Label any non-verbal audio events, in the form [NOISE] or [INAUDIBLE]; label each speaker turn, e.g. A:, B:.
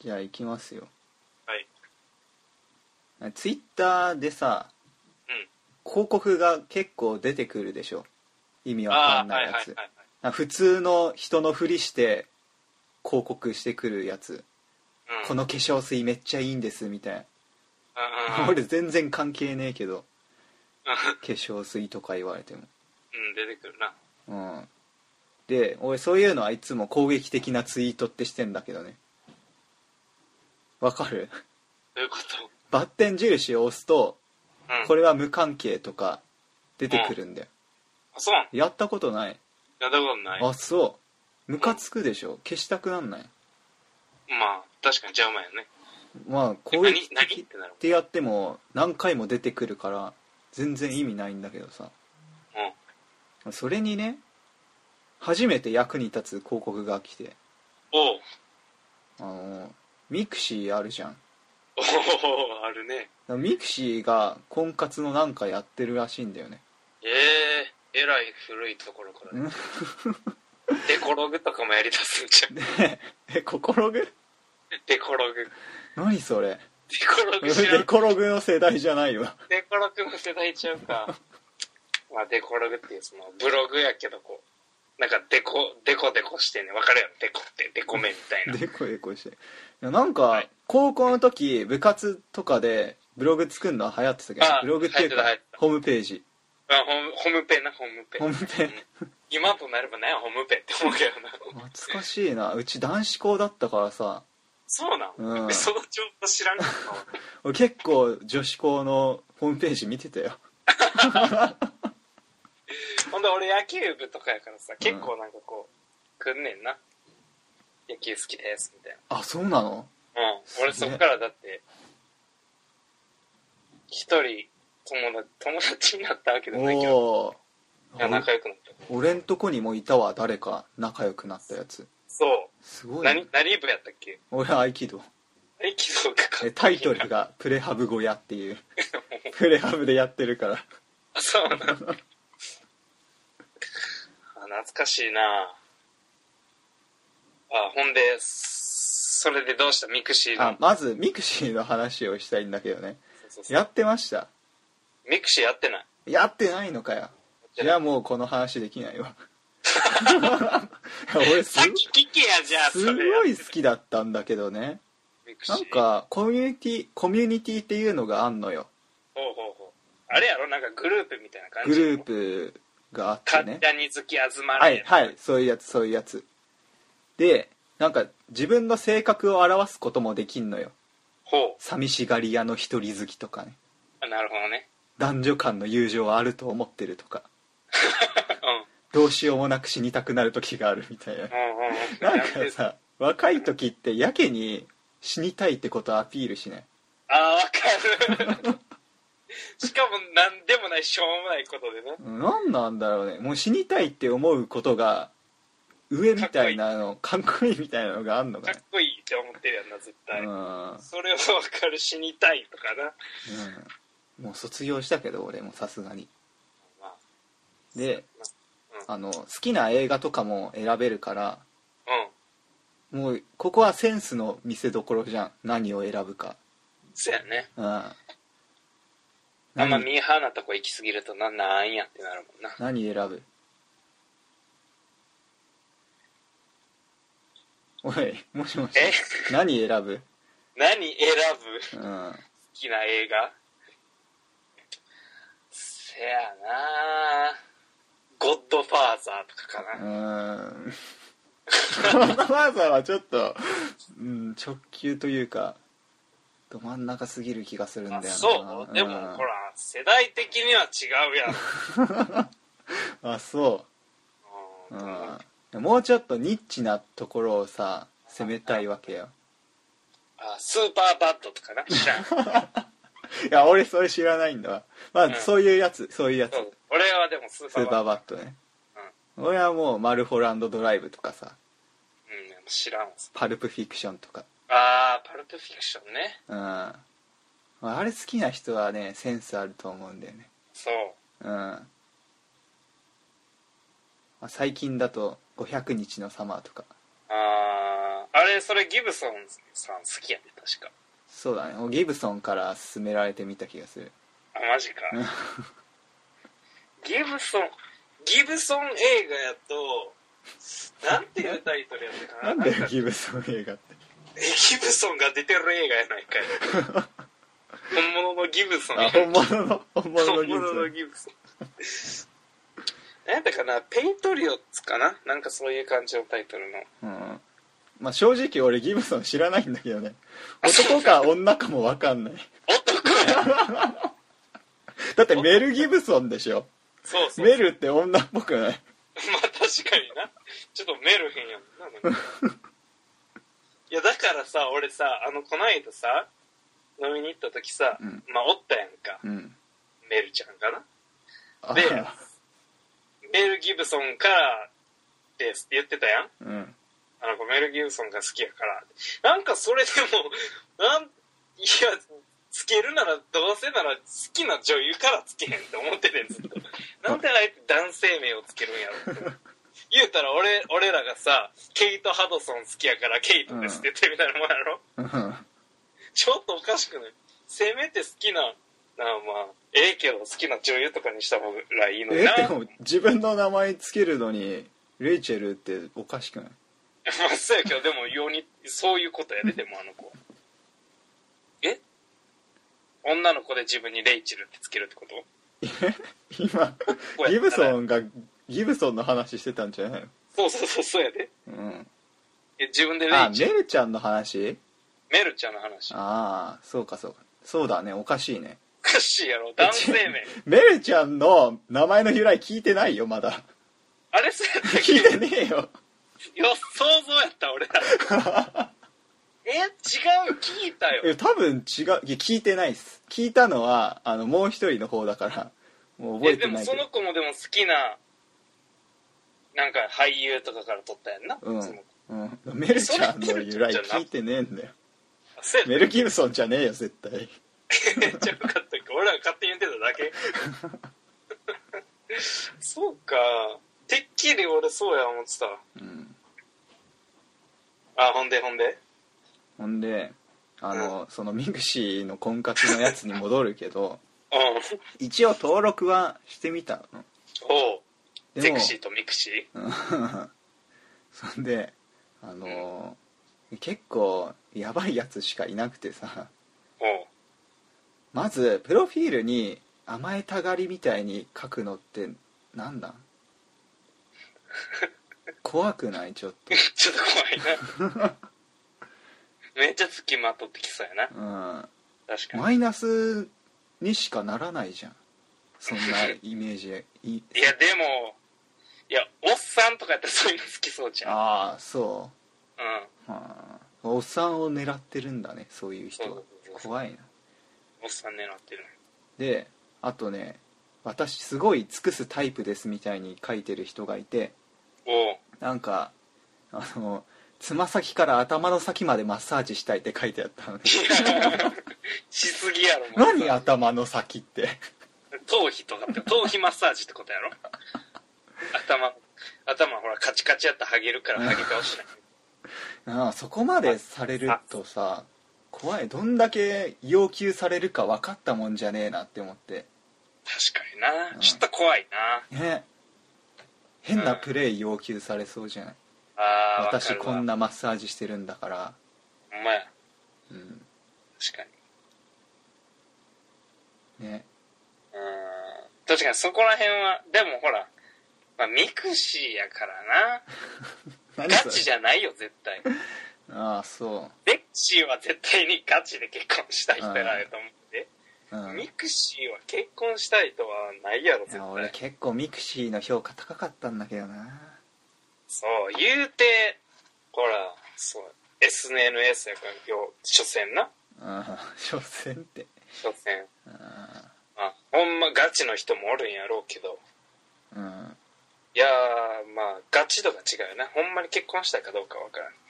A: じゃあ行きますよ
B: はい
A: ツイッターでさ
B: うん
A: 広告が結構出てくるでしょ意味わか
B: あ
A: ん
B: あは
A: ないい
B: は
A: や
B: いはい
A: つ
B: はい
A: あ普通の人のふりして広告してくるやつ、
B: うん
A: この化粧水めっちゃいいんですみたい
B: うん
A: な、
B: うんうん
A: 俺全然関係ねえけど化粧水とか言われても
B: うん出てくるな
A: うんで俺そういうのはいつも攻撃的なツイートってしてんだけどねわかる
B: どういうこと
A: バッテン印を押すと
B: うん
A: これは無関係とか出てくるんだよ
B: あそうなん
A: やったことない
B: やったことないま
A: あそうムカつくでしょ消したくなんない
B: あ確かに邪魔やね
A: まあ
B: え
A: 攻
B: 何
A: 撃
B: 何
A: 的
B: ってなる
A: ってやっても何回も出てくるから全然意味ないんだけどさ
B: うん
A: それにね初めて役に立つ広告が来て
B: おう
A: あのミクシーあるじゃん
B: おおあるね
A: ミクシーが婚活のなんかやってるらしいんだよね
B: えええらい古いところから
A: うん
B: [LAUGHS] デコログとかもやりだすんじゃん
A: えココログ
B: デコログデ
A: 何それ [LAUGHS]
B: コログ知ら
A: デ
B: ん
A: コログの世代じゃないわ
B: デコログの世代ちゃうか。まあ、デコログっていう、その、ブログやけど、こう、なんか、デコ、デコデコしてんねん。わかるやろデコって、デコめみたいな。 [LAUGHS]
A: デコデコしていやなんか、
B: はい
A: 高校の時部活とかでブログ作るの流行ってたけど
B: あ
A: ブログっていうか
B: 流行ってた
A: ホームページ
B: あホームホームペな、ホームペ。
A: ホームペ
B: うん今となればなんや、ホームペって思うけどな。
A: 懐かしいなうち男子校だったからさ
B: そうなん、
A: うん
B: その情報知らんかったわ
A: 俺結構女子校のホームページ見てたよ
B: ほんで、俺野球部とかやからさ、結構なんかこう、くんねんな。野球好きです、みたい
A: あそうなの
B: な。うん。俺
A: す
B: そ
A: げえ
B: っからだって、一人、友達、友達になったわけじゃないけど。
A: おお
B: いや仲良くなった
A: 俺んとこにもいたわ誰か仲良くなったやつ
B: そ
A: す
B: う
A: ごいね
B: 何何部やったっけ
A: 俺は合気道
B: 合気道か
A: えタイトルが「プレハブ小屋」っていう
B: [LAUGHS]
A: プレハブでやってるから
B: あそうなんだあ懐かしいなあほんでそれでどうしたミクシーの
A: あまずミクシーの話をしたいんだけどね
B: そうそうそう
A: やってました
B: ミクシーやってない
A: やってないのかよ
B: やってない
A: じゃあもうこの話できない
B: [LAUGHS]
A: わ俺す
B: さっき聞けやじゃあそれ
A: すごい好きだったんだけどね
B: ミクシー
A: なんかコミュニティコミュニティっていうのがあんのよ
B: ほうほうほうあれやろなんかグループみたいな感
A: グ
B: じ
A: ループがあって
B: 患
A: ね
B: 者に好き集まる
A: はいはいそういうやつそういうやつでなんか自分の性格を表すこともできんのよ
B: ほう
A: 寂しがり屋の一人好きとかね
B: あなるほどね
A: 男女間の友情はあると思ってるとか
B: うん
A: どうしようもなく死にたくなる時があるみたいな
B: うんうんうん
A: なん
B: やめ
A: か
B: て
A: さ若い時ってやけに死にたいってことをアピールしない
B: あーわかるしかも何でもないしょうもないことでな
A: 何なんだろうねもう死にたいって思うことが上みたいなのかっこいいみたいなのがあんのか
B: かっこいいって思ってるやんな絶
A: な
B: 対、
A: うん、うん
B: それを分かる死にたいとかな
A: もう卒業したけど俺もさすがに
B: ま
A: で
B: うん
A: あの好きな映画とかも選べるから
B: あうん
A: もうここはセンスの見せどころじゃん何を選ぶか
B: そうやね
A: うん
B: あんま
A: 何
B: ミーハーなとこ行き過ぎるとなんなんやってなるもんな
A: 何選ぶおいもしもし
B: え
A: 何選ぶ
B: [LAUGHS] 何選ぶ好
A: うん [LAUGHS]
B: きな映画せやなゴッドファーザーとかか
A: う
B: な
A: ーんこのマーザーはちょっと、うん、直球というかど真ん中すぎる気がするんだよ
B: あ
A: な
B: そうでも
A: ん
B: ほら世代的には違うやん
A: あそ
B: う
A: うん
B: と思う、
A: うん、もうちょっとニッチなところをさ攻めたいわけよ
B: あスーパーバッドとかな [LAUGHS] 知らん
A: いや俺それ知らないんだわまあ、
B: うん
A: そういうやつそういうやつ
B: そう俺はでもスー
A: ス
B: パー
A: ーパーバ
B: バッ
A: ットね、俺はもうマルホランドドライブとかさ
B: ド、うん、知らんわ
A: パルプフィクションとか
B: あーパルプフィクションね
A: うんまああれ好きな人はねセンスあると思うんだよね
B: そう
A: うんまあ最近だと「500日のサマー」とか
B: ああれそれギブソンさん好きやね確か
A: そうだねもうギブソンから勧められてみた気がする
B: あ
A: [LAUGHS]
B: マジかギブソンギブソン映画やとなんていうタイトルやったか
A: な
B: なん
A: [LAUGHS] だ
B: な
A: よ
B: んか
A: ギブソン映画って
B: えギブソンが出てる映画やないかい
A: [LAUGHS]
B: 本物のギブソン
A: あ [LAUGHS] 本物の本物のギブソン
B: ギブソン何やったかなペイトリオッツかななんかそういう感じのタイトルの
A: うんまあ正直俺ギブソン知らないんだけどね
B: あそう
A: 男か女かも分かんない [LAUGHS] だってメル・ギブソンでしょ
B: そうそう
A: メルって女っぽくない
B: [LAUGHS] まあ確かになちょっとメルヘンやもんななんかいやだからさ俺さあのこの間さ飲みに行った時さ、
A: うん
B: まあおったやんか
A: うん
B: メルちゃんかな
A: あ
B: でメル・ギブソンからですって言ってたやん
A: うん
B: あの子メル・ギブソンが好きやからなんかそれでも [LAUGHS] なんいやつけるならどうせなら好きな女優からつけへんって思っててんずっとなんであえて男性名をつけるんや
A: [LAUGHS]
B: ろって言うたら俺俺らがさケイト・ハドソン好きやからケイトですって言ってみたいなもんやろ、
A: うん
B: ちょっとおかしくないせめて好きななあまあええけど好きな女優とかにした方がいいのに
A: え
B: な
A: でも自分の名前つけるのにレイチェルっておかしくない
B: [LAUGHS] まあ、そうやけど、でも、ように、そういうことやで、でも、あの子は。え女の子で自分にレイチェルってつけるってこと
A: 今
B: こうやったら
A: ギブソンがギブソンの話してたんじゃないの
B: そうそうそう、そうやで。
A: うん
B: え、自分でレ
A: あ
B: イチ
A: メ
B: ェル。
A: ルちゃんの話
B: メルちゃんの話。お
A: ああそうかそうかそうだねおかしいね
B: かしいやろ、男性名。
A: [LAUGHS] メルちゃんの名前の由来聞いてないよまだ
B: あれそうやったっけ
A: [LAUGHS] 聞いてねえよ
B: よ、想像やった、俺ら。
A: [LAUGHS]
B: え、違う、聞いたよ。
A: え多分違ういや聞いてないっす聞いたのはあのもう一人の方だからもう覚
B: え、
A: え
B: で
A: て
B: も、
A: ない
B: そ
A: け
B: の
A: ど
B: 子もでも好きな、なんか俳優とかから撮ったやんな。
A: うん
B: その子
A: うん、メルちゃんの由来聞いてねえんだよ
B: あそうやった
A: メル・ギブソンじゃねえよ絶対
B: め [LAUGHS] っちゃよかったっけ俺らが勝手に言ってただけ
A: [LAUGHS]
B: そうかてっきり俺そうや思ってた
A: うん
B: あほんでほんで
A: ほんであの、そのミクシーの婚活のやつに戻るけど
B: うん
A: 一応登録はしてみたの
B: おう
A: で
B: セ
A: も
B: クシーとミクシ
A: うん [LAUGHS] そんであの、結構やばいやつしかいなくてさ
B: ーおう [LAUGHS]
A: まずプロフィールに甘えたがりみたいに書くのってなん
B: [LAUGHS]
A: だ怖くないちょっと
B: ちょっと
A: [LAUGHS]
B: 怖いなめっちゃ付きまとってきそうやな
A: うん
B: 確かに
A: マイナスにしかならないじゃんそんなイメージい
B: いやでもいやおっさんとかやったらそういうの好きそうじゃん
A: ああそ
B: うん
A: う、はあ、おっさんを狙ってるんだねそういう人
B: そう
A: は
B: そうそう
A: 怖いな
B: おっさん狙ってる
A: であとね私すごい尽くすタイプですみたいに書いてる人がいて
B: お
A: [LAUGHS]
B: う [LAUGHS]
A: なんかあのつま先から頭の先までマッサージしたいって書いてあった
B: [LAUGHS]
A: のね
B: しすぎやろもう
A: 何頭の先って [LAUGHS]
B: 頭皮とかって頭皮マッサージってことやろ頭頭ほらカチカチやったらハゲるからハゲ倒しない
A: ああそこまでされるとさ怖いどんだけ要求されるか分かったもんじゃねえなって思って
B: 確かにな、
A: うん
B: ちょっと怖いな
A: ね変なプレイ要求されそうじゃない、
B: あー
A: 私
B: わかる
A: こ
B: わ
A: んなマッサージしてるんだから、
B: ほんまや
A: うん、
B: 確かに
A: ね
B: うーん確かにそこら辺はでもほら、まあ、ミクシーやから
A: 何
B: なガチじゃないよ絶対
A: ああそ
B: ミクシーは絶対にガチで結婚したい人やと思って、
A: う、うん、
B: ミ
A: い
B: クシーは結婚したいとはないやろ絶
A: や俺
B: 対
A: 結構ミクシーの評価高かったんだけどな
B: そう、言うて、ほら、そう、SNS やから、今日、初戦な、
A: ああ所詮って
B: 初戦。
A: あ
B: あ、ほんまガチの人もおるんやろうけど、
A: あうん
B: いやー、まあ、ガチ度が違うよな。ほんまに結婚したいかどうかわからん。